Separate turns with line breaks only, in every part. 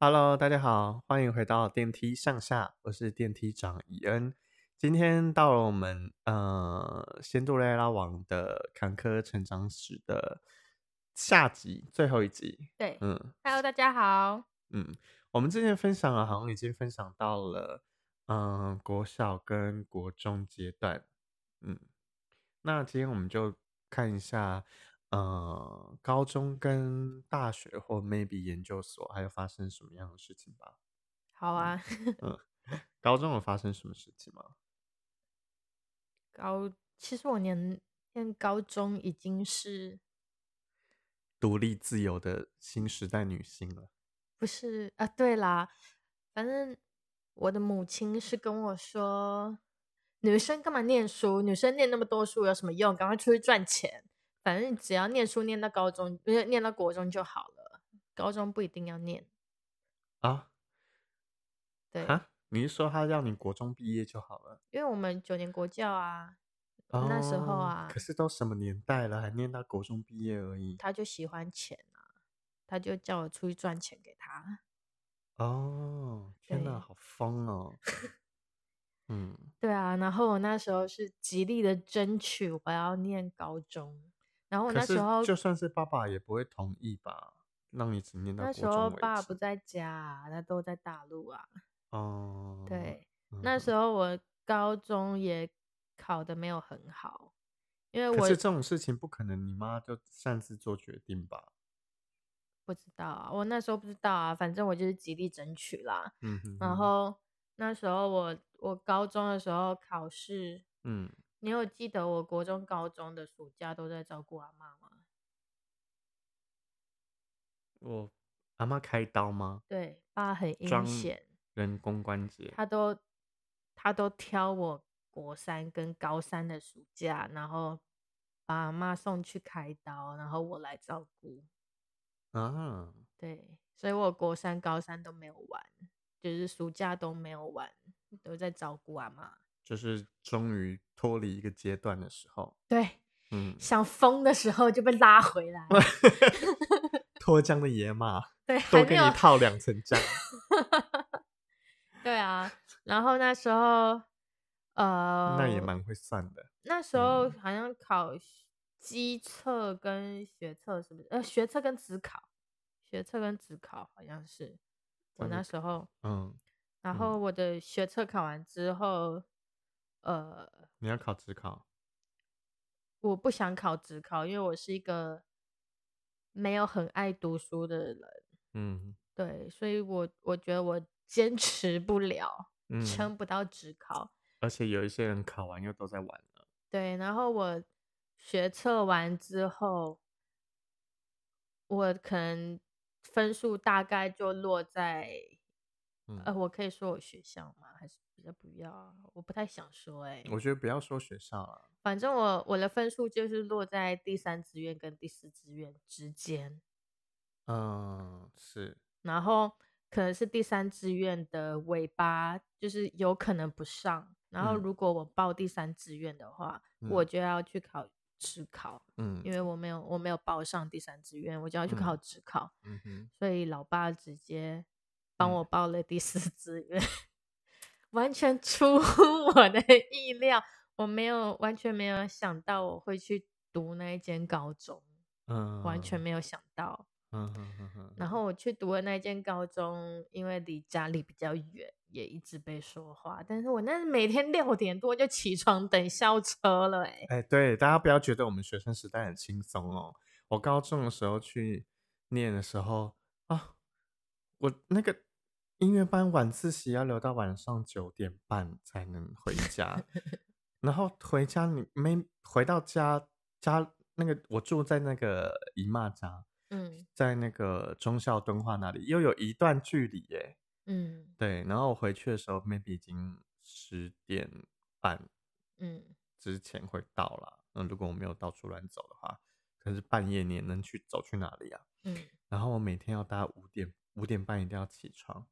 Hello，大家好，欢迎回到电梯上下，我是电梯长伊恩。今天到了我们呃仙杜瑞拉王的坎坷成长史的下集最后一集，
对
嗯
，Hello，大家好。
嗯，我们之前分享了，好像已经分享到了嗯、呃国小跟国中阶段，嗯，那今天我们就看一下呃高中跟大学或 maybe 研究所还有发生什么样的事情吧。嗯
好啊，
高中有发生什么事情吗？
高，其实我念念高中已经是
独立自由的新时代女性了。
不是啊？对啦，反正我的母亲是跟我说，女生干嘛念书？女生念那么多书有什么用？赶快出去赚钱。反正只要念书念到高中，不是念到国中就好了，高中不一定要念。
啊
对，
啊！你是说她让你国中毕业就好了？
因为我们九年国教啊，那时候
哦
啊
可是都什么年代了，还念到国中毕业而已。
她就喜欢钱啊，她就叫我出去赚钱给她。
哦，天哪，
对
好疯哦！ 嗯，
对啊，然后我那时候是极力的争取我要念高中，然后我
可
哦那
是
时候
就算是爸爸也不会同意吧，让你只念到
那
国
时
中
候
为
爸
止
不在家啊，他都在大陆啊。
哦，
对，
嗯
那
哼
时候我高中也考的没有很好，因为
可
我
是这种事情不可能，你妈就擅自做决定吧？
不知道啊，我那时候不知道啊，反正我就是极力争取啦。
嗯哼
然
哼
后那时候我我高中的时候考试，
嗯，
你有记得我国中、高中的暑假都在照顾阿妈吗？
我阿妈开刀吗？
对，爸很阴
装
险。
人工关节。
他都他都挑我国三跟高三的暑假，然后把阿妈送去开刀，然后我来照顾。
啊，
对，所以我国三、高三都没有玩，就是暑假都没有玩，都在照顾阿妈。
就是终于脱离一个阶段的时候，
对，
嗯，
想疯的时候就被拉回来，
脱缰的野马，
对，还
多
没
给
有
你套两 层缰。
对啊。然后那时候，呃，
那也蛮会算的。
那时候
嗯
好像考学机测跟学测是不是？呃，学测跟职考，学测跟职考好像是我
嗯
那时候。
嗯，
然后我的学测考完之后，呃，
你要考职考，
我不想考职考，因为我是一个没有很爱读书的人，
嗯
对，所以我我觉得我坚持不了，
嗯，
撑不到职考。
而且有一些人考完又都在玩了。
对，然后我学测完之后，我可能分数大概就落在，
嗯，
呃，我可以说我学校吗？还是比较不要啊？我不太想说、欸，
我觉得不要说学校了，
反正我我的分数就是落在第三志愿跟第四志愿之间，
嗯，是，
然后可能是第三志愿的尾巴，就是有可能不上。然后
嗯
如果我报第三志愿的话，我
嗯
就要去考职考。
嗯
因为我没有我没有报上第三志愿，我就要去
嗯
考职考，
嗯哼，
所以老爸直接帮
嗯
我报了第四志愿， 完全出乎我的意料，我没有完全没有想到我会去读那一间高中，
嗯，
完全没有想到。
嗯哼哼哼，
然后我去读的那间高中，因为离家里比较远，也一直被说话。但是我那每天六点多就起床等校车了、欸，
哎，对，大家不要觉得我们学生时代很轻松哦。我高中的时候去念的时候啊，我那个音乐班晚自习要留到晚上九点半才能回家，然后回家你没回到家家那个我住在那个姨妈家，
嗯
在那个忠孝敦化那里又有一段距离耶。
嗯
对，然后我回去的时候 maybe 已经十点半
嗯，
之前会到啦。嗯，如果我没有到处乱走的话，可是半夜你也能去走去哪里啊？
嗯，
然后我每天要搭五点五点半一定要起床，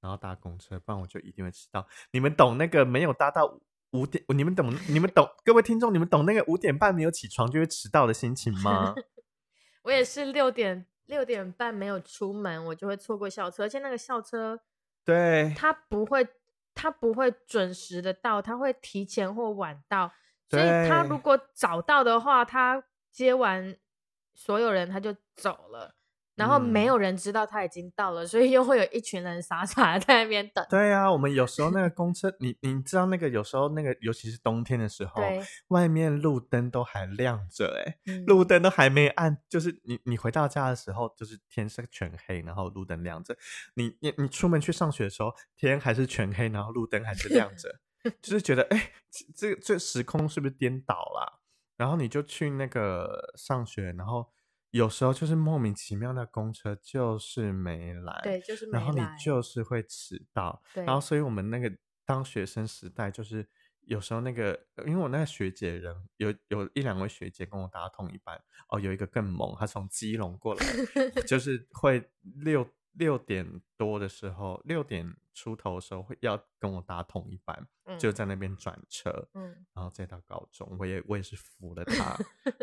然后搭公车，不然我就一定会迟到。你们懂那个没有搭到五点，你们懂你们懂各位听众，你们懂那个五点半没有起床就会迟到的心情吗？
我也是六点六点半没有出门，我就会错过校车，而且那个校车
对，
它不会，它不会准时的到，它会提前或晚到。所以他如
对
果早到的话，他接完所有人他就走了，然后没
嗯
有人知道他已经到了，所以又会有一群人傻傻地在那边等。
对啊，我们有时候那个公车，你你知道那个有时候那个，尤其是冬天的时候，
对，
外面路灯都还亮着，哎，
嗯
哦路灯都还没暗，就是你你回到家的时候，就是天是全黑，然后路灯亮着。你你你出门去上学的时候，天还是全黑，然后路灯还是亮 着，就是觉得哎、这这这时空是不是颠倒啦？然后你就去那个上学，然后有时候就是莫名其妙的公车就是没来，
对，就是没
然后你
来。
就是会迟到，
对，
然后所以我们那个当学生时代，就是有时候那个，因为我那个学姐人有有一两位学姐跟我搭同一班，哦，有一个更猛，她从基隆 过来，就是会六六点多的时候，六点出头的时候会要跟我搭同一班，就
嗯
在那边转车，
嗯，
然后再到高中，我也我也是服了 他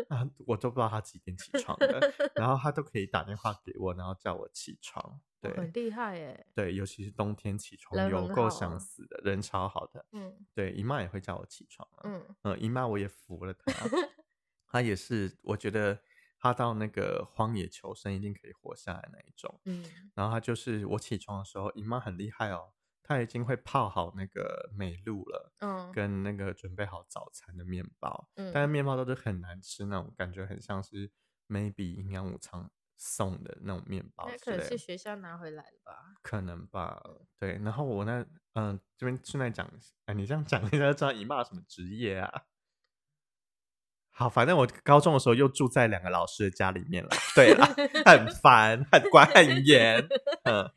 啊，我都不知道他几点起床的，然后他都可以打电话给我，然后叫我起床，
我
对，
很厉害耶。
对，尤其是冬天起床
人
有
很
够
好
想
啊
死的，人超好的。
嗯
对，姨妈也会叫我起床、啊。嗯、
嗯，
姨妈我也服了她， 她也是，我觉得她到那个荒野求生一定可以活下来那一种。
嗯，
然后她就是我起床的时候，姨妈很厉害哦，她已经会泡好那个美露了，
嗯，
跟那个准备好早餐的面包，但是
嗯，
面包都是很难吃那种，感觉很像是 maybe 营养午餐送的那种面包
那
之
可
类
能
的。
是学校拿回来的吧？
可能吧，对。然后我那嗯、这边顺便讲一下，哎，你这样讲一下，知道姨妈有什么职业啊？好，反正我高中的时候又住在两个老师的家里面了。对啦，很烦，很乖，很严。嗯，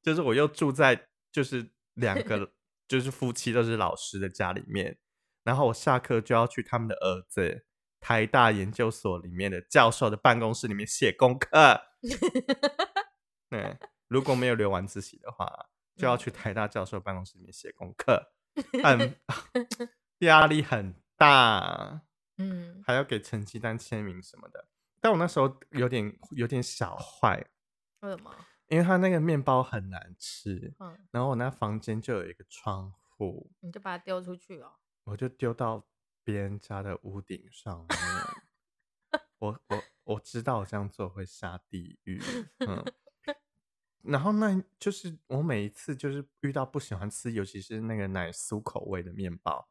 就是我又住在就是两个就是夫妻都是老师的家里面，然后我下课就要去他们的儿子台大研究所里面的教授的办公室里面写功课。对，如果没有留晚自习的话，就要去台大教授办公室里面写功课，很压力很大，
嗯，
还要给成绩单签名什么的。但我那时候有点有点小坏，
为什么？
因为他那个面包很难吃，
嗯，
然后我那房间就有一个窗户，
你就把它丢出去哦。
我就丢到别人家的屋顶上面。 我我我知道我这样做会下地狱， 嗯。然后那就是我每一次就是遇到不喜欢吃，尤其是那个奶酥口味的面包，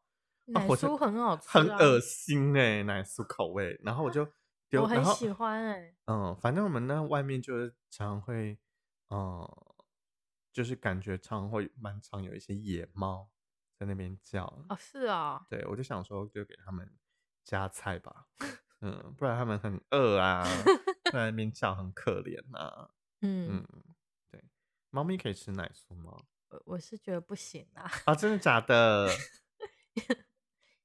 啊
奶
我是
酥很好吃，啊
很恶。心哎、奶酥口味。然后我 就丢，
我很
然后
喜欢哎
嗯，反正我们那外面就是常会，嗯，就是感觉常会蛮常有一些野猫在那边叫，
哦，是啊，
对，我就想说，就给他们加菜吧，嗯，不然他们很饿啊，在那边叫很可怜啊，
嗯
嗯，对，猫咪可以吃奶酥吗？
我我是觉得不行啊，
啊，真的假 的？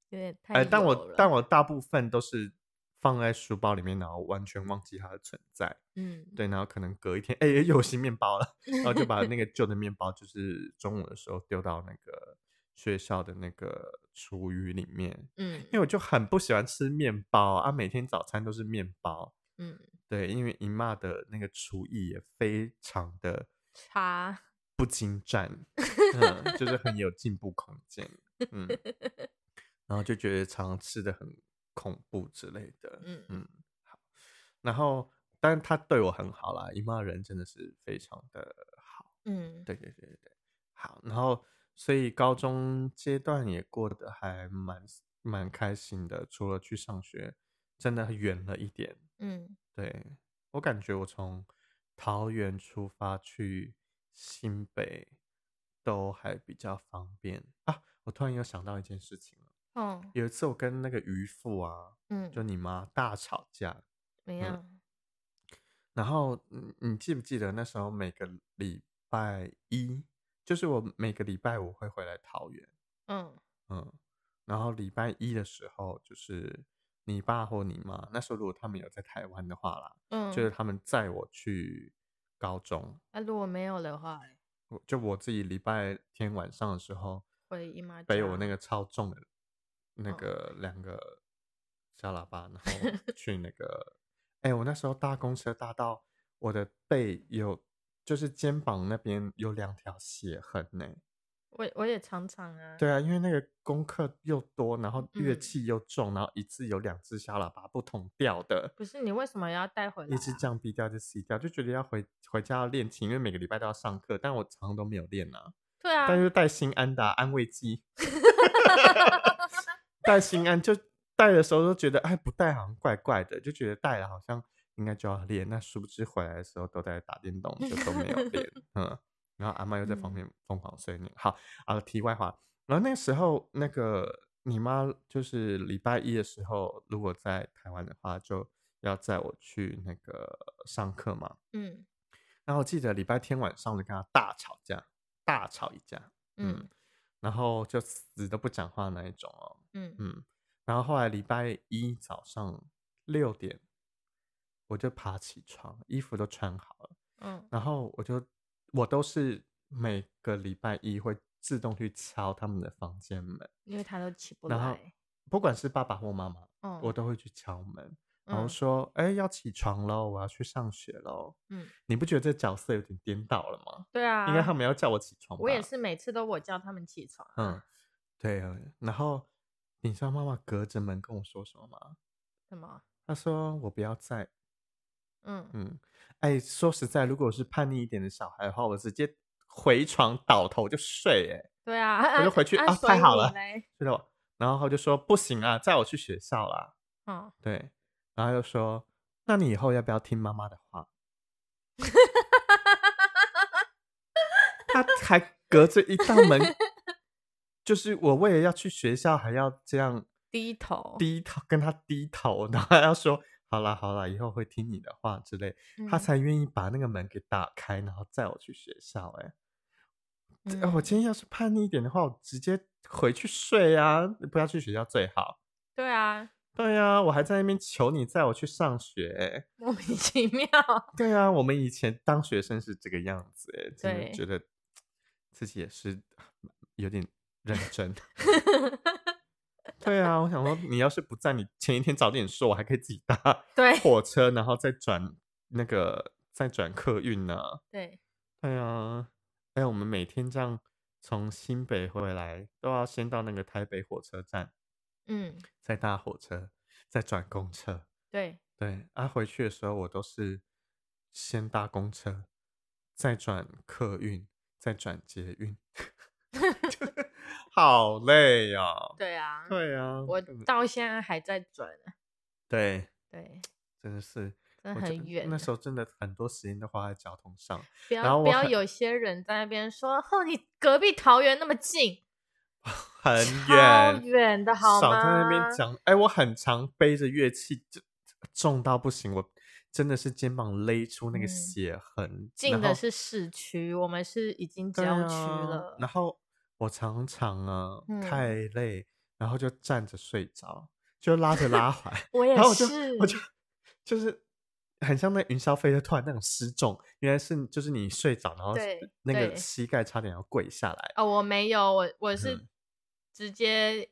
有点太
哎、但
油
我
了
但我大部分都是放在书包里面，然后完全忘记它的存在，
嗯
对，然后可能隔一天，哎、又有新面包了，然后就把那个旧的面包，就是中午的时候丢到那个学校的那个厨余里面，
嗯
因为我就很不喜欢吃面包啊，每天早餐都是面包。
嗯
对，因为姨妈的那个厨艺也非常的
差
不精湛，嗯，就是很有进步空间，嗯，然后就觉得常常吃的很恐怖之类的，
嗯
嗯，好，然后但是她对我很好啦，姨妈人真的是非常的好，
嗯
对对对对对，好，然后所以高中阶段也过得还蛮蛮开心的，除了去上学，真的远了一点。
嗯
对我感觉我从桃园出发去新北都还比较方便啊。我突然又想到一件事情了，
哦
有一次我跟那个渔夫啊，
嗯
就你嗯妈大吵架，
怎么样？
然后你你记不记得那时候每个礼拜一，就是我每个礼拜五会回来桃园，
嗯
嗯，然后礼拜一的时候就是你爸或你妈，那时候如果他们有在台湾的话啦，
嗯，
就是他们载我去高中，
那如果没有的话，
我就我自己礼拜天晚上的时候
回姨妈
背
家
我那个超重的那
哦
个两个小喇叭，然后去那个，哎、我那时候搭公车搭到我的背有，就是肩膀那边有两条血痕呢、
我我也常常啊，
对啊，因为那个功课又多，然后乐
嗯
器又重，然后一次有两只小喇叭不同调的，
不是你为什么要带回来、
一直
啊？
降 B 调就 C 调，就觉得要回回家要练琴，因为每个礼拜都要上课，但我常常都没有练啊。
对啊，
但是带心安的啊、安慰剂， 带心安就带的时候都觉得，哎，不带好像怪怪的，就觉得带了好像应该就要练，那殊不知回来的时候都在打电动，就都没有练，嗯。然后阿妈又在旁
嗯
边疯狂碎念。好，啊，题外话，然后那时候那个你妈就是礼拜一的时候，如果在台湾的话，就要载我去那个上课嘛。
嗯
然后我记得礼拜天晚上我就跟她大吵架，大吵一架，嗯
嗯
然后就死都不讲话那一种哦，
嗯，
嗯，然后后来礼拜一早上六点，我就爬起床，衣服都穿好了，
嗯，
然后我就我都是每个礼拜一会自动去敲他们的房间门，
因为他都起不
然后
来。
不管是爸爸或妈妈，
嗯，
我都会去敲门，然后
嗯
说：“哎、要起床喽，我要去上学喽。”
嗯，
你不觉得这角色有点颠倒了吗？
对啊，
应该他们要叫我起床吧？
我也是每次都我叫他们起床。
嗯，，对啊。然后你知道妈妈隔着门跟我说什么吗？
什么？
她说我不要在，
嗯，
嗯，哎，说实在，如果我是叛逆一点的小孩的话，我直接回床倒头就睡，哎，
对啊，啊
我就回去
啊
啊
所
太
以
好
你
了
嘞
知道吧？然后她就说不行啊，载我去学校啦，
嗯，
对，然后又说那你以后要不要听妈妈的话？ 他还隔着一道门， 就是我为了要去学校，还要这样
低头，
低头跟他低头，然后还要说好啦好啦，以后会听你的话之类，他
嗯
才愿意把那个门给打开，然后载我去学校、欸。
嗯
哎、我今天要是叛逆一点的话，我直接回去睡啊，不要去学校最好。
对啊，
对呀、啊，我还在那边求你载我去上学、欸。
莫名其妙。
对啊，我们以前当学生是这个样子、欸，真的
对
觉得自己也是有点认 真。对啊，我想说，你要是不在，你前一天早点说，我还可以自己搭
对
火车，然后再转那个再转客运呢、
对，
对啊，哎，我们每天这样从新北回来，都要先到那个台北火车站，
嗯，
再搭火车，再转公车。
对，
对，啊，回去的时候我都是先搭公车，再转客运，再转捷运， 就是好累哦。
对啊，
对啊，
我
根本
到现在还在转啊，
对，
对，
真的是，
真的
我觉
很远
那
啊。
时候真的很多时间都花在交通上，
不
然后
要不
我
要，
很
有些人在那边说：“哦，你隔壁桃园那么近，
很
超
远，
远的好
少
吗？”
在那边讲。哎、我很常背着乐器，就重到不行，我真的是肩膀勒出那个
嗯
血痕。
近
然
的
后
是市区，我们是已经郊
对
区
啊
了。
然后我常常啊、
嗯
太累，然后就站着睡着，就拉着拉环，
我也，
然后我就是我就就是很像那云霄飞车突然那种失重，原来是就是你睡着，然后
对
那个
对
膝盖差点要跪下来。
哦，我没有，我我是
嗯
直接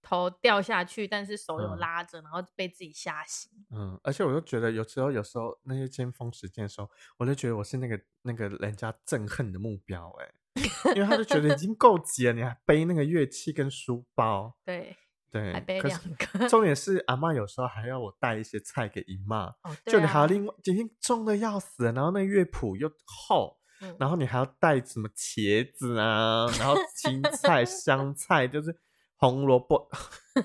头掉下去，但是手有
嗯
拉着，然后被自己吓醒。
嗯，而且我就觉得有时候有时候那些尖峰时间的时候，我就觉得我是那个那个人家憎恨的目标哎、因为他就觉得已经够急了，你还背那个乐器跟书包，
对，
对，
还背
哎可
两
是
个。
重点是阿妈有时候还要我带一些菜给姨妈，
哦，
就
对
你还要
啊，
另外今天重的要死了，然后那乐谱又厚，
嗯
然后你还要带什么茄子啊，然后青菜、香菜，就是红萝 卜。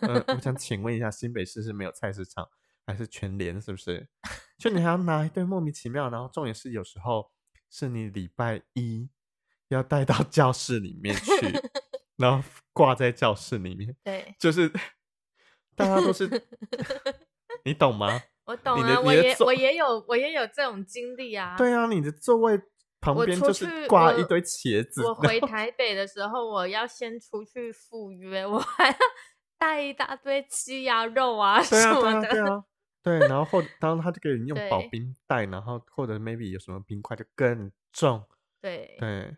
呃，我想请问一下，新北市是没有菜市场，还是全联？是不是？就你还要拿一堆莫名其妙，然后重点是有时候是你礼拜一要带到教室里面去， 然后挂在教室里面，
对，
就是大家都 是，你懂吗？
我懂
你的
啊，我
你的
也
手
我也有我也有这种经历啊。
对啊，你的座位旁
我
边
出
就是
去
挂
我
一堆茄子，
我回台北的时候，我要先出去赴约， 我还要带一大堆鸡呀、肉啊
对
什
啊，对
么
啊，对
的。
啊，对。然后或当然他就给你用保
对
冰袋，然后或者 maybe 有什么冰块就更重，
对，
对。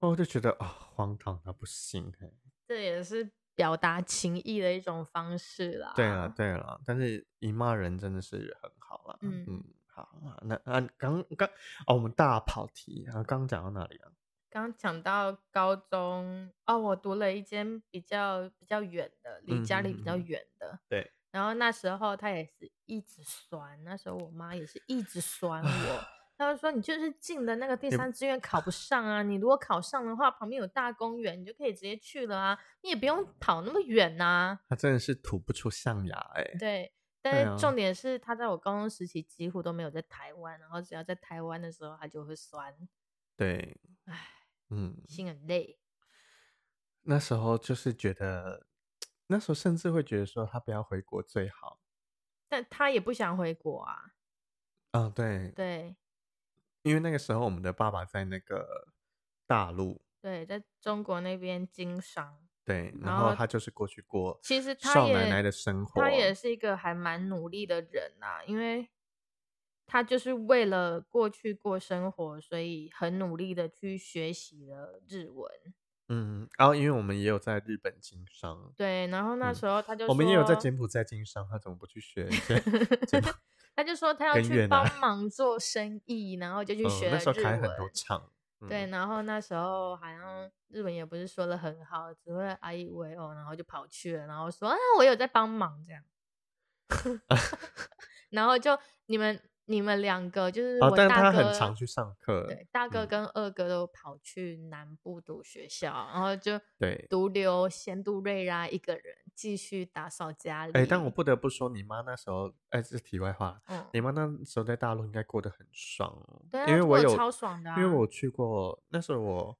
我就觉得哦，荒唐到不行欸
这也是表达情意的一种方式啦。
啊对啊，，对啊，但是姨妈人真的是很好啦。
嗯
嗯，好，那啊，刚刚哦，我们大跑题啊，刚讲到哪里啊？
刚刚讲到高中哦，我读了一间比较比较远的，离家里比较
嗯嗯嗯嗯
远的。
对。
然后那时候他也是一直酸，那时候我妈也是一直酸我，她就说你就是进的那个第
啊你
三志愿考不上啊，你如果考上的话，旁边有大公园，你就可以直接去了啊，你也不用跑那么远呐、
他啊真的是吐不出象牙哎、
对，
对
但
啊
是重点是他在我高中时期几乎都没有在台湾，然后只要在台湾的时候，他就会酸，
对，
唉，
嗯，
心很累。
那时候就是觉得，那时候甚至会觉得说他不要回国最好。
但他也不想回国啊，
嗯，对，
对
因为那个时候我们的爸爸在那个大陆，
对，在中国那边经商，
对，然
然
后
后
他就是过去过
哦其实他
少
也
奶奶的生活，
他也是一个还蛮努力的人呐、因为他就是为了过去过生活，所以很努力的去学习了日文。
嗯，然后因为我们也有在日本经商，
对，然后那
嗯
时候他就、说，
我们也有在柬埔寨经商，他怎么不去学一 些柬埔？
他就说他要
跟越
去
南
帮忙做生意，然后就去
嗯
学了
那时候
日
开
文。
很多场，嗯
对，然后那时候好像日文也不是说的很好，只会啊一喂哦，然后就跑去了，然后说啊我有在帮 忙这样，然后就你们你们两个就是
啊，
我
但
大
他
哥，
很常去上课，
对，大哥
嗯
跟二哥都跑去南部读学校，然后就
对
独留贤杜瑞拉一个人继续打扫家里。
哎，但我不得不说，你妈那时候，哎，这是题外话，
嗯，
你妈那时候在大陆应该过得很爽哦，
对啊
因为
过
我
得
有
超爽的
因为
啊
我去过，那时候我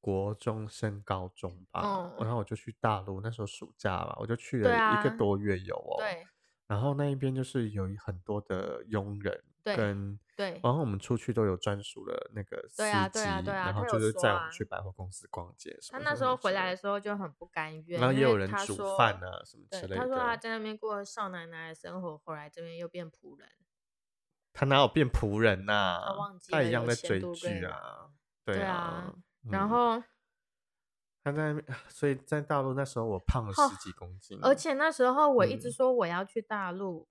国中升高中吧，
嗯
然后我就去大陆，那时候暑假吧，我就去
对
了一个
啊
多月游哦，
对
然后那一边就是有一很多的佣人
对
跟。
对
然后我们出去都有专属的那个司机，
对啊对啊对啊
然后
他
就
有
是
说
载我们
啊
去百货公司逛街什
他
么
那
什
时
么
候回
之
来
类
的时候就很不甘愿，
然后也
因
有
为
人
他
煮
说
饭啊什么之类
对，
的。
他说他在那边过少奶奶的生活，回来这边又变仆人。
他哪有变仆人呐、
他忘记
啊他一
了
样
有
在
钱
追
都
剧
对
啊
啦，
对
对
啊
啊。然
嗯
后，
他在那边，所以在大陆那时候我胖了
哦
十几公斤，
而且那时候我一直
嗯
说我要去大陆，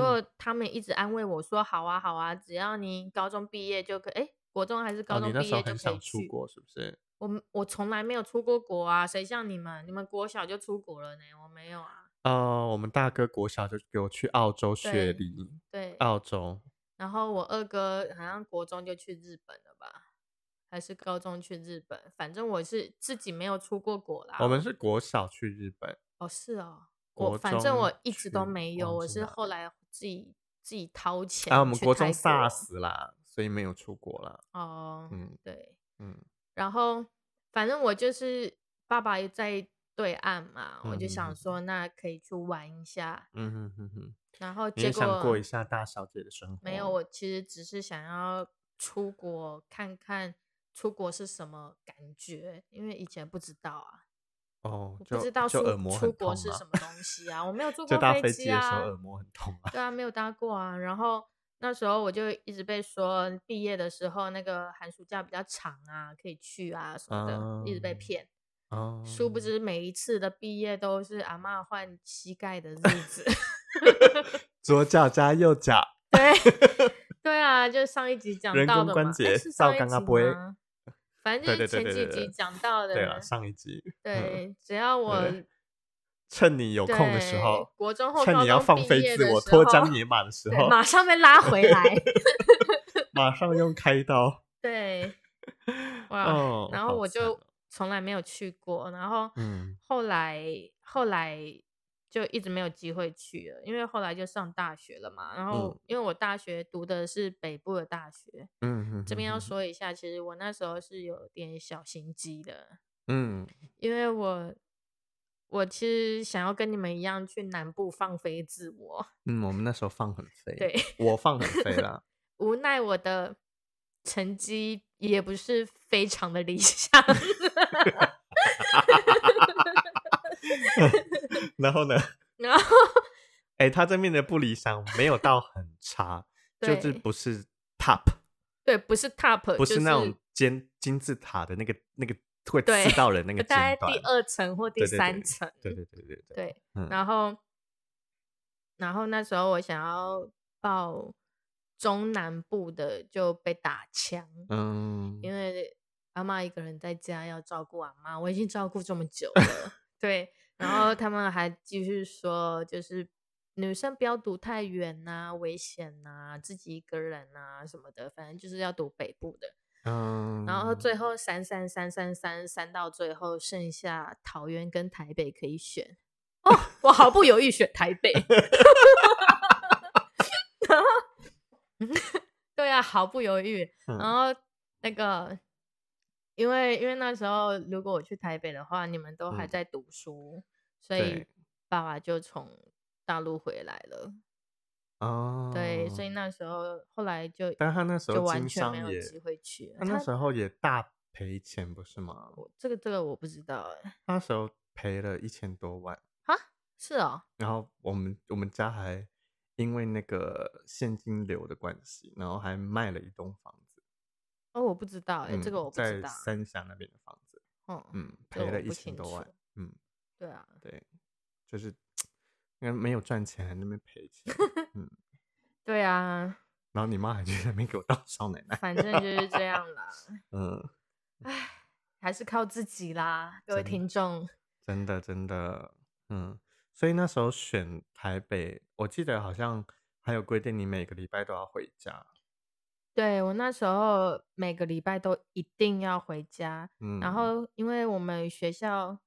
嗯
果他们一直安慰我说：“好啊，好啊，只要你高中毕业就可哎，国中还是高
哦，你
中
那
毕
时候
业就
很
可以
想出
去。
国是不是？
我们我从来没有出过国啊，谁像你们？你们国小就出国了呢，我没有啊。
哦，我们大哥国小就给我去澳洲学
对
历，
对，
澳洲
然后我二哥好像国中就去日本了吧，还是高中去日本？反正我是自己没有出过国啦。
我们是国小去日本，
哦，是哦，
国
我反正我
中
一直都
去
没
忘
有，我
记
是
哪
后
里
来自己自己掏钱
啊，我们
去
国中
泰
SARS 啦，所以没有出国啦。
哦，
嗯
对，
嗯，
然后反正我就是爸爸也在对岸嘛，我
嗯
就
嗯
想
嗯
说那可以去玩一下，
嗯哼哼哼，
然后
你
结
也
果
想过一下大小姐的生活？
没有，我其实只是想要出国看看出国是什么感觉，因为以前不知道啊，
哦
我，不
就
知道
就
出
耳膜
出
很
国
痛
是
吗
什么东西啊，我没有 坐
就
过
搭飞
机
机的时候
啊，
耳膜很痛啊。
对啊，没有搭过啊。然后那时候我就一直被说，毕业的时候那个寒暑假比较长啊，可以去啊什么的，一直被
嗯
骗。
哦，
殊不知每一次的毕业都是阿嬷换膝盖的日子。
左脚加右脚，
对 对啊，就上一集讲
人
到
工
的
关
嘛，
节
诶是上
照
一
刚
集
刚不会
吗？反正
对
就是
对
前
对对
几
对
集
对
讲到的，
对了，上一 集，
对只要我
对趁你有空的时
对
候，
国中后
趁
高
你要
中
放
毕
飞
业
自
的
我、
时
脱
候
缰野马的时
对
候，
马上被拉回 来，
马上用开刀。
对， 哇，
哦，
然
好
后我
惨
就
哦
从来没有去过，然后
嗯
后来后来就一直没有机会去了，因为后来就上大学了嘛，然后、
嗯
因为我大学读的是北部的大学，
嗯嗯，
这
嗯
边要
嗯
说一下，其实我那时候是有点小心机的，
嗯，
因为我我其实想要跟你们一样去南部放飞自我，
嗯，我们那时候放很飞，
对，
我放很飞 啦，
无奈我的成绩也不是非常的理想。
然后呢，
然后
哎，他这边的不理想没有到很 差，就是
对
不是 top，
对，不是 top，
不
就是
那种尖金字塔的那个那个会
对
刺到人那个
大概
尖端
第，二层或第
对对对
三层。
对对对对对，
对
嗯
然后然后那时候我想要报中南部的就被打枪，
嗯，
因为阿妈一个人在家要照顾阿妈，我已经照顾这么久了，对。然后他们还继续说，就是女生不要读太远呐、危险呐、自己一个人呐、什么的，反正就是要读北部的。
嗯，
然后最后删删删删删删到最后剩下桃园跟台北可以选。哦，我毫不犹豫选台北。然后， 对啊，毫不犹豫。
嗯
然后那个，因为因为那时候如果我去台北的话，你们都还
嗯
在读书，所以
对
爸爸就从大陆回来了。
哦，
嗯对，所以那时候后来就，
但他那时
就
候
完
经
全没
商
有
也
机会去了。
他那时候也大赔钱不是吗？
我这个这个我不知道哎、
那时候赔了一千多万，
是哦，
然后我们我们家还因为那个现金流的关系，然后还卖了一栋房子，
哦，我不知道哎、
嗯，
这个我不
在
知道，
三峡那边的房子，
嗯
嗯，
这
赔
我
了
不
一千
清
多万
楚，
嗯，
对啊，
对，就是因为没有赚钱，还在那边赔 钱，嗯，
对啊，
然后你妈还去那边给我当少奶奶，
反正就是这样啦，
嗯，
还是靠自己啦，各
真
位
的
听众，
真的真的，嗯，所以那时候选台北，我记得好像还有规定，你每个礼拜都要回家，
对我那时候每个礼拜都一定要回家，
嗯，
然后因为我们学校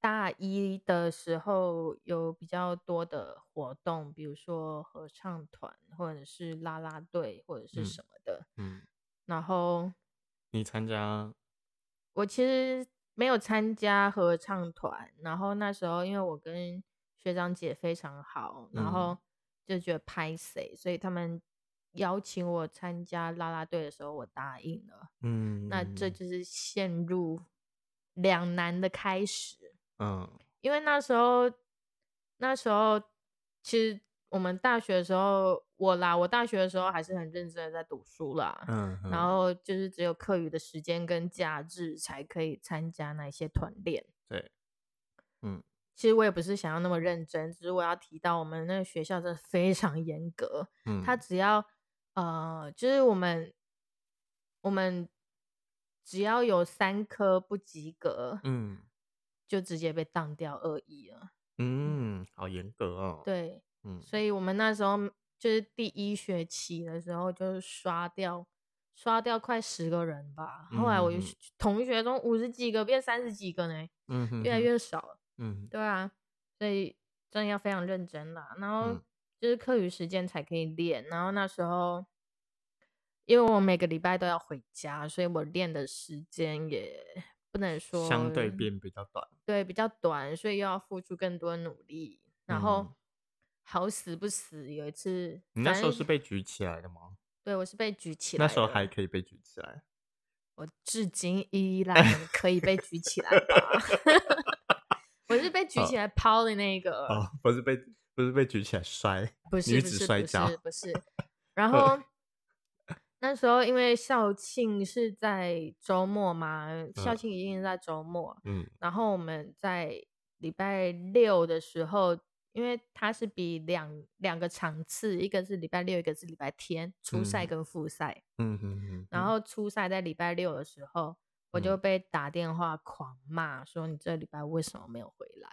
大一的时候有比较多的活动，比如说合唱团或者是啦啦队或者是
嗯
什么的，
嗯，
然后
你参加，
我其实没有参加合唱团，然后那时候因为我跟学长姐非常好，然
嗯
后就觉得拍谁，所以他们邀请我参加啦啦队的时候，我答应了。
嗯，
那这就是陷入两难的开始，
嗯。
因为那时候那时候其实我们大学的时候，我啦，我大学的时候还是很认真的在读书啦，
嗯，
然
嗯
后就是只有课余的时间跟假日才可以参加那些团练。
对，嗯，
其实我也不是想要那么认真，只是我要提到我们那个学校真的非常严格，
嗯，
他只要呃，就是我们我们只要有三科不及格，
嗯
就直接被当掉二一了。
嗯，好严格哦。，
对，
嗯
所以我们那时候就是第一学期的时候，就是刷掉刷掉快十个人吧。后来我
嗯
就
嗯
是同学中五十几个变三十几个呢，
嗯哼
越来
哼
越少了。
嗯
对啊，所以真的要非常认真啦。然后
嗯
就是课余时间才可以练，然后那时候。因为我每个礼拜都要回家，所以我练的时间也不能说
相对变比较短。
对比较短，所以又要付出更多努力。然后、
嗯
好死不死，有一次，
你那
反
时候
正
是被举起来的吗？
对我是被举起来
那
的，
时候还可以被举起来。
我至今依 然可以被举起来吧。 我是被举起来抛的那个，
哦，不是被不是被举起来摔。
不是
女
不
子
是
摔
不
跤
是不是。然后那时候因为校庆是在周末嘛，校
嗯
庆一定是在周末，
嗯
然后我们在礼拜六的时候，因为它是比两两个场次，一个是礼拜六，一个是礼拜天，初赛
嗯
跟复赛。
嗯嗯嗯。
然后初赛在礼拜六的时候，我就被打电话狂骂，说你这礼拜为什么没有回来？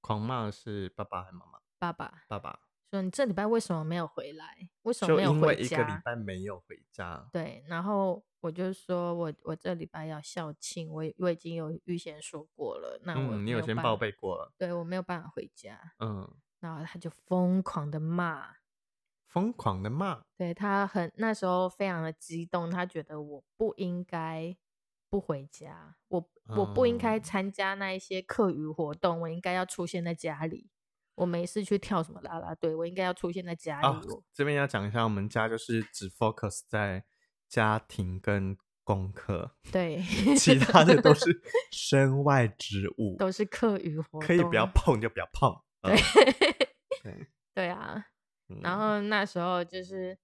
狂骂的是爸爸还妈妈？
爸爸
爸爸
说你这礼拜为什么没有回来？为什么
就
没有
因为
回
一个礼
家？
拜没有回家。
对，然后我就说我我这礼拜要校庆，我我已经有预先说过了，那我
嗯，你
没
有
有
先
办
报
法
备过了。
对我没有办法回家，
嗯，
然后他就疯狂的骂，
疯狂的骂。
对他很那时候非常的激动，他觉得我不应该不回家，我我不应该
嗯
参加那一些课余活动，我应该要出现在家里，我没事去跳什么啦啦队，我应该要出现在家里。
啊，这边要讲一下，我们家就是只 focus 在家庭跟功课，
我对，
其他的都是身外之物，
都是课 余活动，
可以不要碰就不要碰。
对、
对，
对啊，
嗯
然后那时候就是，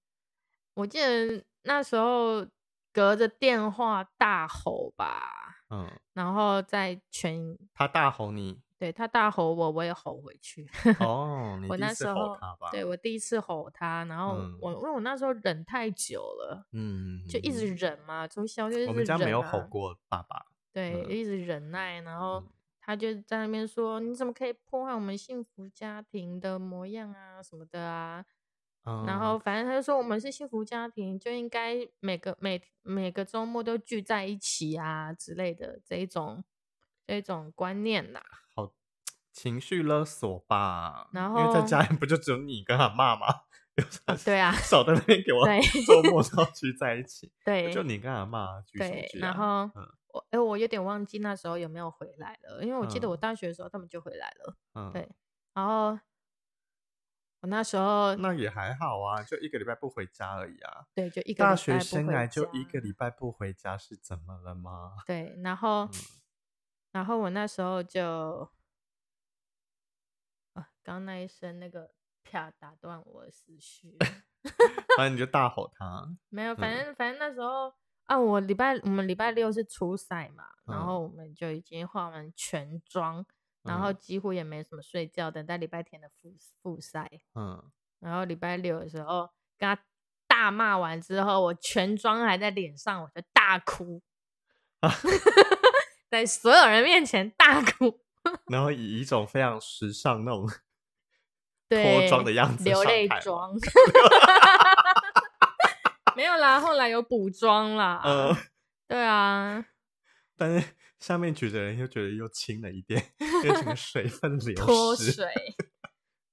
我记得那时候隔着电话大吼吧，
嗯，
然后在全
他大吼你，
对他大吼我，我也吼回去。
哦，你
我
第一
那
次
时
吼
候
他吧？
对，我第一次吼他，然后
嗯
我、因为我那时候忍太久了，
嗯，
就一直忍嘛，从小就是
我们家没
忍
有
啊
吼过爸爸，
对，
嗯
一直忍耐，然后
嗯
他就在那边说：“你怎么可以破坏我们幸福家庭的模样啊，什么的啊？”然
嗯
后反正他就说：“我们是幸福家庭，就应该每个每每个周末都聚在一起啊之类的这一种这一种观念啦。
好情绪勒索吧，
然
因为在
后
家里不就只有你跟阿妈吗？有啥事
对啊
少在那边给我
对
周末都要聚在一起，”
对，
就你跟阿妈聚什么
对，
聚
然
啊？
后
嗯
我哎、我有点忘记那时候有没有回来了，因为我记得
嗯
我大学的时候他们就回来了。
嗯，
对，然后我那时候
那也还好啊，就一个礼拜不回家而已啊。
对就一个
大
礼拜
学
不
生
回
来就
家
一个礼拜不回家是怎么了吗？
对，然后、
嗯
然后我那时候就啊，刚刚那一声那个啪打断我的思绪了，
反正你就大吼他，
没有，反
嗯
正反正那时候。啊，我礼拜我们礼拜六是初赛嘛，然
嗯
后我们就已经化完全妆，然后
嗯
几乎也没什么睡觉，等待礼拜天的复复赛。
嗯，
然后礼拜六的时候跟他大骂完之后，我全妆还在脸上，我就大哭，在所有人面前大哭，
然后以一种非常时尚那种
对，
脱妆的样子
流
上
泪
台吗
妆。 没有啦，后来有补妆 啦。
呃，
对啊，
但是下面举着人又觉得又轻了一点，因为整个水分流
脱
失。
水。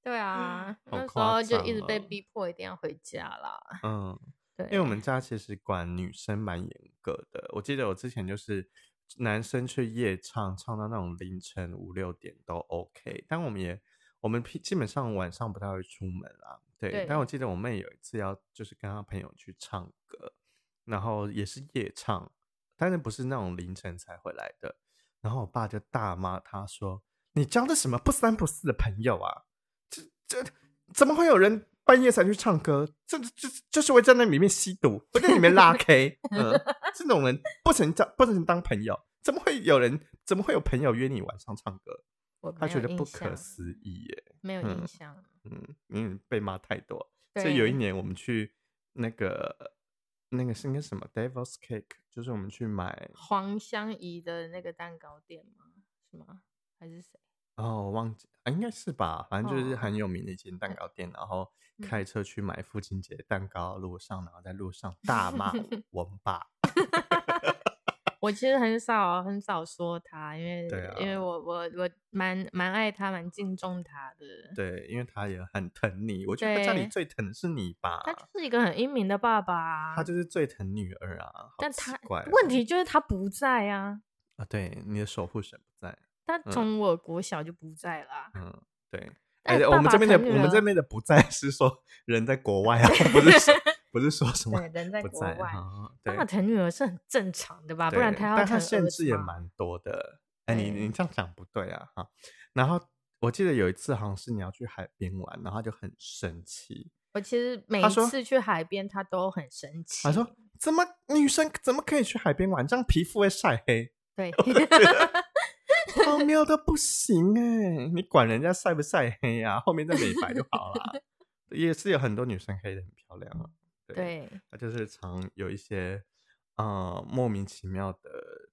对啊，
好
那时
夸
候就一直
张
被
哦
逼迫一定要回家啦。
嗯，
对，
因为我们家其实管女生蛮严格的，我记得我之前就是男生去夜唱，唱到那种凌晨五六点都 OK，但我们也我们平基本上晚上不太会出门啦。对，但我
对
记得我妹有一次要就是跟她朋友去唱歌，然后也是夜唱，但是不是那种凌晨才回来的。然后我爸就大骂她说：“你交的什么不三不四的朋友啊？”这这怎么会有人半夜才去唱歌？这这就是会在那里面吸毒，会在里面 拉 K，嗯，这种人不曾当不曾当朋友，怎么会有人？怎么会有朋友约你晚上唱歌？
我
他
没
觉
有
得
印
不可
象
思议耶，
没有
嗯
印象。
嗯，因为被骂太多，所以有一
对
年我们去那个那个是应该什么 Devil's Cake，就是我们去买
黄香怡的那个蛋糕店吗？是吗？还是谁？
哦，我忘记啊，应该是吧，反正就是
哦
很有名的一间蛋糕店，然后
嗯
开车去买父亲节蛋糕，路上然后在路上大 骂我们爸，
我其实很少很少说他，因为、
对
因为
啊
我我我蛮蛮爱他，蛮敬重他的。
对，因为他也很疼你，我觉得他家里
对
最疼的是你吧，
他就是一个很英明的爸爸、啊，
他啊就是最疼女儿啊，好
但
奇
他
怪哦
问题就是他不在啊，
啊，对，你的守护神不在，
他
嗯
从我国小就不在啦、
嗯，对，
但
且
爸
我们
爸
这边的
疼女
我们这
儿
边的不在 是说人在国外啊，不是 说不是说什么
对，人在
不
国
在
外，
啊，
爸
对
爸。疼女儿是很正常的吧？啊不然
对
他要
但
疼
他限
儿
制
子
也
吗
蛮多的。哎，你
对
你这样讲不对啊哈。然后我记得有一次好像是你要去海边玩，然后他就很生气，
我其实每
他
一
说
次去海边，他都很生气。
他说：“怎么女生怎么可以去海边玩？这样皮肤会晒黑，
对，
荒谬的不行哎、你管人家晒不晒黑啊？后面再美白就好了。也是有很多女生黑的很漂亮啊。对，
对，
他就是常有一些呃莫名其妙的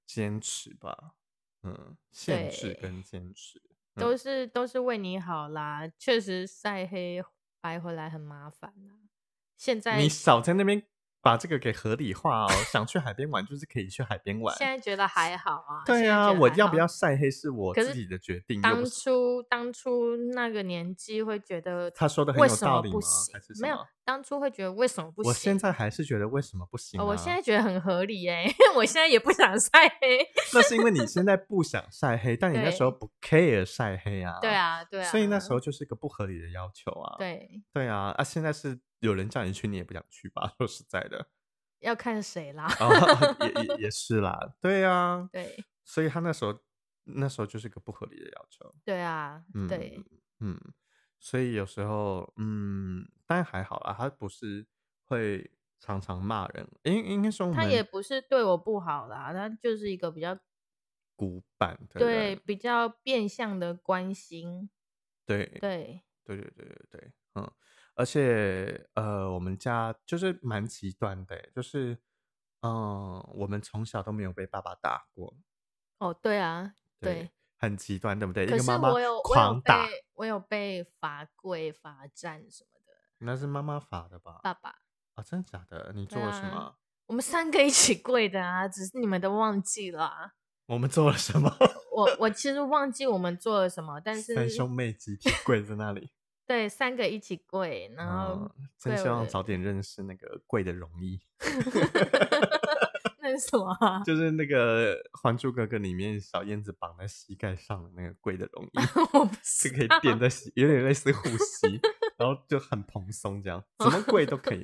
坚持吧，嗯，限制
对
跟坚持。
都是都是为你好啦。确实晒黑白回来很麻烦啦。现在
你
现
少在那边把这个给合理化哦。想去海边玩就是可以去海边玩。
在觉得还好啊。现
对
在
啊，
觉得
我
还
要不
好
要？晒黑是我
可是
自己的决定。又
当
不是
初当初那个年纪会觉得
他说的很
为
有
什
道
么
理吗
不？行
还是？什
没有
么，
当初会觉得为什么不行？
我现在还是觉得为什么不行、啊
哦我现在觉得很合 理耶、因为我现在也不想晒黑。
那是因为你现在不想晒黑，但你那
对
时候不 care 晒黑啊。
对。啊，对啊。
所以那时候就是一个不合理的要求啊。
对
对啊，啊，现在是有人叫你去，你也不想去吧？说实在 的，
要看谁啦。
哦，也也也是啦，对啊，
对
所以他那时候那时候就是个不合理的要求，
对啊，
嗯，
对。
嗯，所以有时候，嗯，但还好啦，他不是会常常骂人，应应该说我
他
们
也不是对我不好啦，他就是一个比较
古板的
对，
人
比较变相的关心，
对
对，
对对对对对，嗯，而且呃，我们家就是蛮极端的欸，就是嗯、呃我们从小都没有被爸爸打过，
哦，对啊，对。
很极端，对不对？一
可
个
是
妈妈
我有我有
狂打，
被我有被罚跪、罚站什么的。
那是妈妈罚的吧？
爸爸，
啊，真的假的？你
对
做了什
啊
么？
我们三个一起跪的啊，只是你们都忘记了啊、
我们做了什么？
我我其实忘记我们做了什么，但是
三兄妹集体跪在那里，
对三个一起跪，然后、
嗯，真
跪
希望
我
早点认识那个跪的容易，
那是什么啊、
就是那个《还珠格格》里面小燕子绑在膝盖上的那个跪的容 易。
我不
是
知
可以
道
垫在膝，有点类似 护膝，然后就很蓬松这样，怎么跪都可以。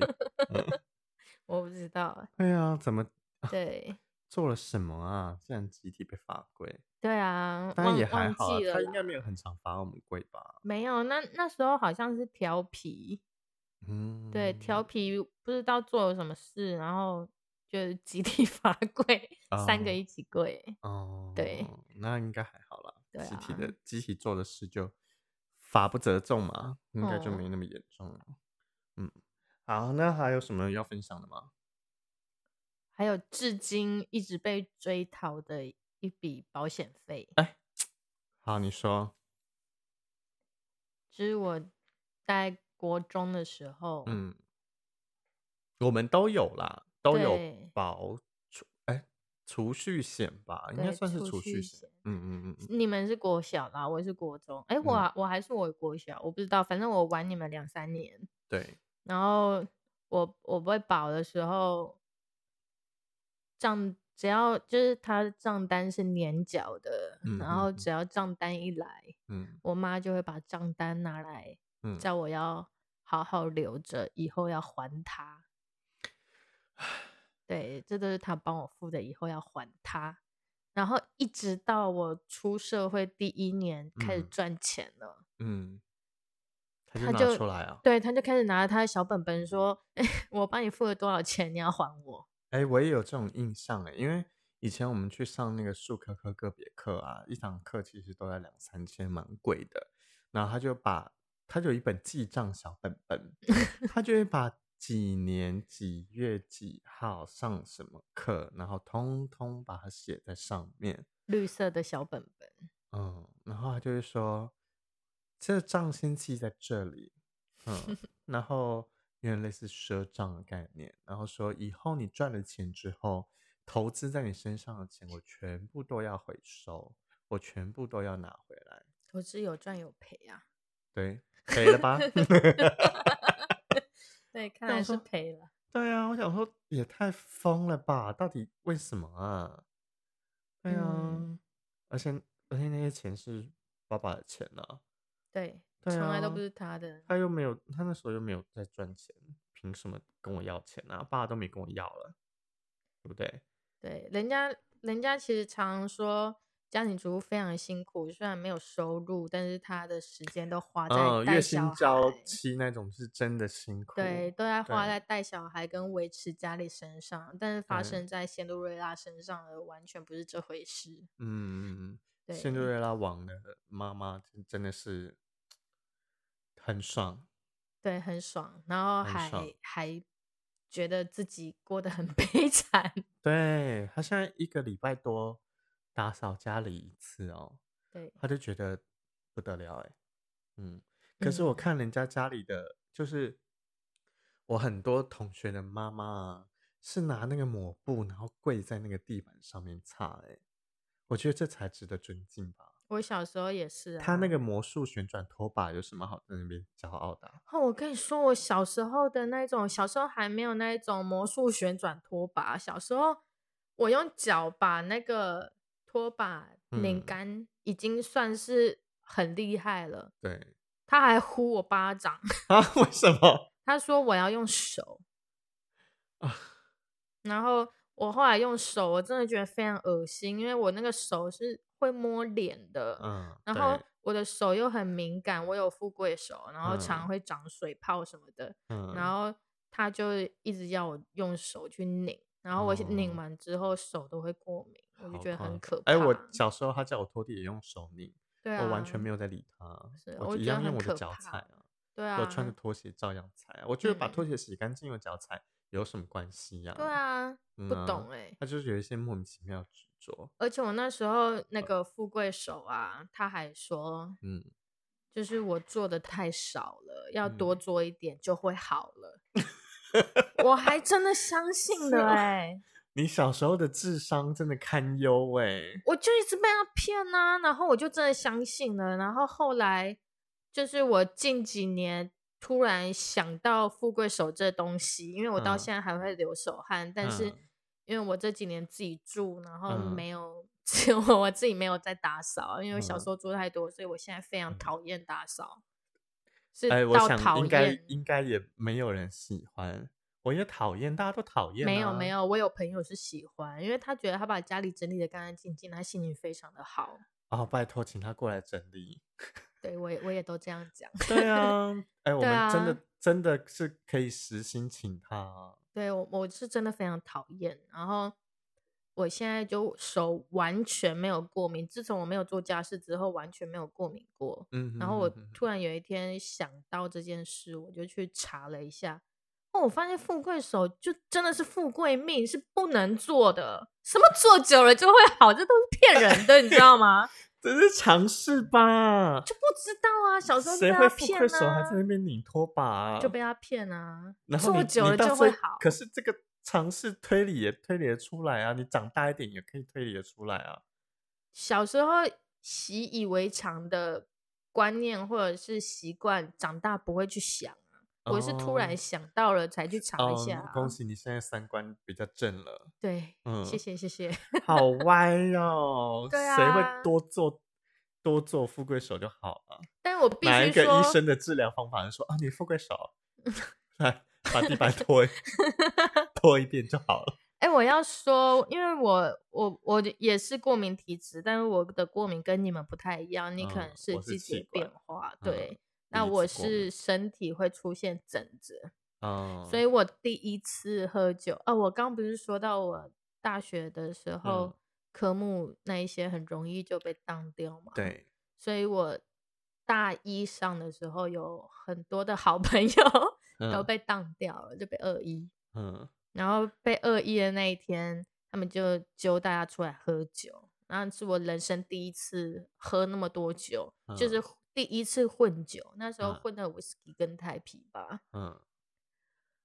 我不知道，
对啊，怎么
对
做了什么啊？竟然集体被罚跪，
对啊，
当然
忘
也还
忘
好啊
记，了
他应该
啦，
没有很常罚我们跪吧？
没有那那时候好像是调皮，
嗯，
对，调皮不知道做了什么事，然后就集体 罚跪，三个
哦
一起跪。
哦，
对，
那应该还好啦。
对
集体
啊
的集体做的事就法不责众嘛，应该就
哦
没那么严重了。嗯，好，那还有什么要分享的吗？
还有至今一直被追讨的一笔保险费，
好，你说，
就是我在国中的时候，
嗯，我们都有啦，都有
对
保储哎储蓄险吧，应该
对
算是
储
储蓄
蓄
险
险。
嗯嗯嗯
你们是国小啦，我是国中，哎、我、我还是我国小，我不知道，反正我玩你们两三年，
对，
然后我我被保的时候，账只要就是他账单是年缴的，
嗯
然
嗯
后
嗯
只要账单一来，
嗯
我妈就会把账单拿来
嗯，
叫我要好好留着，以后要还他。对，这都是他帮我付的，以后要还他。然后一直到我出社会第一年开始
嗯
赚钱了，
嗯，他
他
就拿
就
出来啊，
对，他就开始拿着他的小本本说：“ 我帮你付了多少钱，你要还我。
哎，我也有这种印象哎，因为以前我们去上那个数科科个别课啊，一堂课其实都要两三千，蛮贵的。然后他就把他就有一本记账小本本，他就会把几年几月几号上什么课，然后通通把它写在上面。”
绿色的小本本，
嗯，然后他就会说，这账先记在这里，嗯，然后有点类似赊账的概念，然后说以后你赚了钱之后，投资在你身上的钱，我全部都要回收，我全部都要拿回来，
投资有赚有赔啊。
对，赔了吧？
对，看
那我
来是
说
赔了。
对啊，我想说也太疯了吧，到底为什么啊？对啊，
嗯
而且而且那些钱是爸爸的钱啊呢、
对，
对
从来都
啊
不是他的。
他又没有，他那时候又没有在赚钱，凭什么跟我要钱啊？爸都没跟我要了，对不对？
对，人家人家其实常说家庭主妇非常辛苦，虽然没有收入，但是她的时间都花在
嗯，
啊带
月
小
薪
孩，
娇妻那种是真的辛苦。
对，，都在花
对
在带小孩跟维持家里身上，但是发
对
生在仙杜瑞拉身上的完全不是这回事。
嗯，
对，
仙杜瑞拉王的妈妈真真的是很爽，
对，很爽，然后
很
还
爽
还觉得自己过得很 悲惨。
对她现在一个礼拜多打扫家里一次哦，
对，
他就觉得不得了哎、嗯，可是我
嗯
看人家家里的，就是我很多同学的妈妈啊，是拿那个抹布，然后跪在那个地板上面擦哎、我觉得这才值得尊敬吧。
我小时候也是、啊。
他那个魔术旋转拖把有什么好在那边骄傲的啊、
哦，我跟你说，我小时候的那种，小时候还没有那一种魔术旋转拖把，小时候我用脚把那个拖把拧
嗯
干，已经算是很厉害了。
对
他还呼我巴掌，
啊，为什么
他说我要用手，
啊？
然后我后来用手，我真的觉得非常恶心，因为我那个手是会摸脸的，
嗯，
然后我的手又很敏感，我有富贵手，然后
嗯
常会长水泡什么的。
对嗯，
然后他就一直要我用手去拧，然后我
哦
拧完之后手都会过敏。我就
好
觉得很可怕。
哎，我小时候他叫我拖地也用手拧，
对啊，
我完全没有在理他
是，我
我
觉
一
得
样
很
用我的
可
脚
怕
踩啊，
对啊，
我穿着拖鞋照样踩啊。我觉得把
嗯
拖鞋洗干净用脚踩有什么关系呀？
对，啊，不
嗯啊
懂哎、
他就是有一些莫名其妙的执着，
而且我那时候那个富贵手啊，他还说，
嗯，
就是我做的太少了，要多
嗯
做一点就会好 了。我还真的相信
哦
了哎、
你小时候的智商真的堪忧哎。
我就一直被他骗啊，然后我就真的相信了，然后后来就是我近几年突然想到富贵手这东西，因为我到
嗯
现在还会流手汗，但是
嗯
因为我这几年自己住，然后
嗯
没有、 只有我自己没有在打扫，因为我小
嗯
时候做太多，所以我现在非常
嗯
讨厌打扫，是
哎，我
到
想
讨
应该
厌。
应该也没有人喜欢，我也讨厌，大家都讨厌、啊。
没有没，有，我有朋友是喜欢，因为他觉得他把家里整理的干干净净，他心情非常的好。
哦，拜托，请他过来整 理。
对我也我也都这样讲。
对啊，哎，我
对
们真的、
啊
真的是可以实心请他啊。
对我我是真的非常讨厌，然后我现在就手完全没有过敏，自从我没有做家事之后，完全没有过敏过。
嗯哼，
然后我
嗯哼
突然有一天想到这件事，我就去查了一下，哦，我发现富贵手就真的是富贵命，是不能做的，什么做久了就会好，这都是骗人的，你知道吗？
只是尝试吧，
就不知道啊，小时候就
谁
被
会
他
富
骗
贵手还在
啊，
那边拧拖把、啊？
就被他骗啊，
然后
做
你
久
你
了
到
就
最
会好。
可是这个尝试推理也推理得出来啊，你长大一点也可以推理得出来啊。
小时候习以为常的观念或者是习惯，长大不会去想啊。我是突然
哦
想到了才去查一
哦
下啊、
恭喜你现在三观比较正了，
对，
嗯
谢谢谢谢。
好歪哦
。对
谁
啊
会多做多做富贵手就好了？
但是我必
哪
须
一个
说
医，生的治疗方法是说啊，你富贵 手来把地板拖一拖一遍就好了。
哎、我要说，因为我我我也是过敏体质，但是我的过敏跟你们不太一样，你可能
嗯我是
季
气
节变
管
化，
嗯
对。那
鼻子
我
过敏
是身体会出现疹子，
嗯，
所以我第一次喝酒，哦，我刚不是说到我大学的时候，
嗯
科目那一些很容易就被当掉嘛。，
对，
所以我大一上的时候，有很多的好朋友都
嗯
被当掉了，就被二一。
嗯
然后被二一的那一天，他们就揪大家出来喝酒，然后是我人生第一次喝那么多酒，就是
嗯
第一次混酒，那时候
嗯
混的威士忌跟台啤吧。
嗯，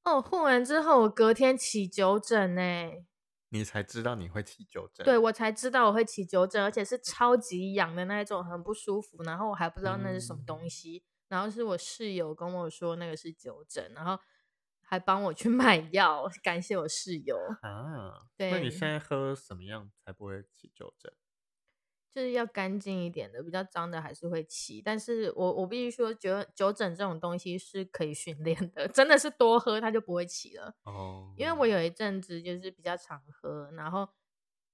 哦，混完之后我隔天起酒疹呢、欸
你才知道你会起酒疹。
对我才知道我会起酒疹，而且是超级痒的那一种，很不舒服。然后我还不知道那是什么东
嗯
西，然后是我室友跟我说那个是酒疹，然后还帮我去买药，感谢我室友，
啊，那
对
你现在喝什么样才不会起酒疹？
就是要干净一点的，比较脏的还是会起。但是我我必须说酒酒疹这种东西是可以训练的，真的是多喝它就不会起了。
哦，
因为我有一阵子就是比较常喝，然后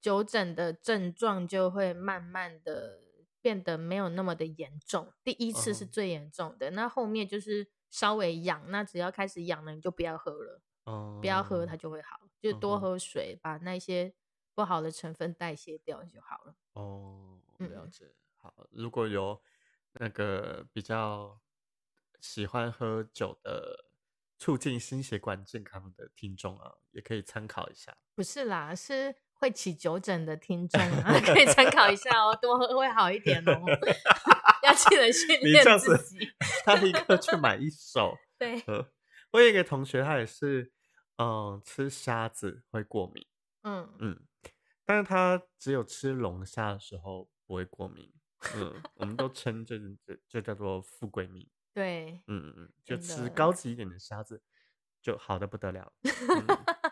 酒疹的症状就会慢慢的变得没有那么的严重。第一次是
哦
最严重的，那后面就是稍微痒，那只要开始痒了，你就不要喝了，
哦
不要喝它就会好，就
嗯
多
哼
喝水，把那些不好的成分代谢掉就好了。
哦，
嗯
了
嗯
解。好，如果有那个比较喜欢喝酒的促进心血管健康的听众啊，也可以参考一下。
不是啦，是会起酒疹的听众啊， 可以参考一下哦，多喝会好一点哦。 要记得训
你
练
这样
自
子
己，
他立刻去买一手。
对，
呃我有一个同学，他也是，嗯，吃虾子会过敏，
嗯。
嗯，但是他只有吃龙虾的时候不会过敏，嗯，我们都称这这这叫做富贵命，
对，
嗯嗯嗯，就
真
吃
的
高级一点的虾子就好的不得 了，嗯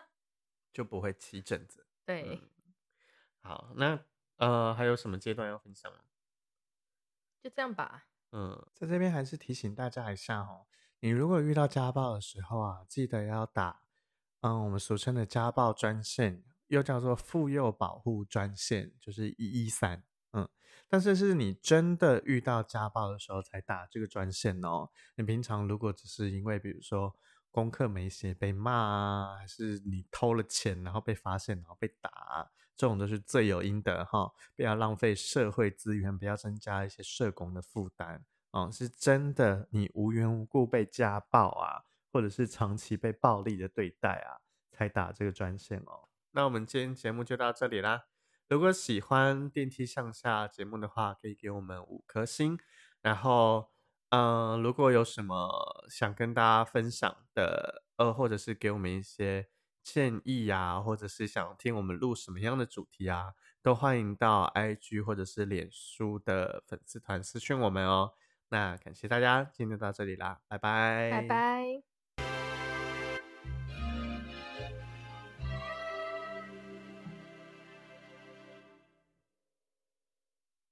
就不会起疹子。
对，
嗯，好，那呃还有什么阶段要分享吗？
就这样吧。
嗯，在这边还是提醒大家一下哦，你如果遇到家暴的时候啊，记得要打，嗯，我们俗称的家暴专线，又叫做妇幼保护专线，就是一一三。嗯，但是是你真的遇到家暴的时候才打这个专线哦。你平常如果只是因为比如说功课没写被骂啊，还是你偷了钱然后被发现然后被打啊、这种就是罪有应得哈，不要浪费社会资源，不要增加一些社工的负担哦。是真的，你无缘无故被家暴啊，或者是长期被暴力的对待啊，才打这个专线哦。那我们今天节目就到这里啦。如果喜欢电梯向下节目的话，可以给我们五颗星。然后，嗯、如果有什么想跟大家分享的，呃，或者是给我们一些建议啊，或者是想听我们录什么样的主题啊，都欢迎到 IG 或者是脸书的粉丝团私讯我们哦。那感谢大家，今天就到这里啦，拜拜，
拜拜。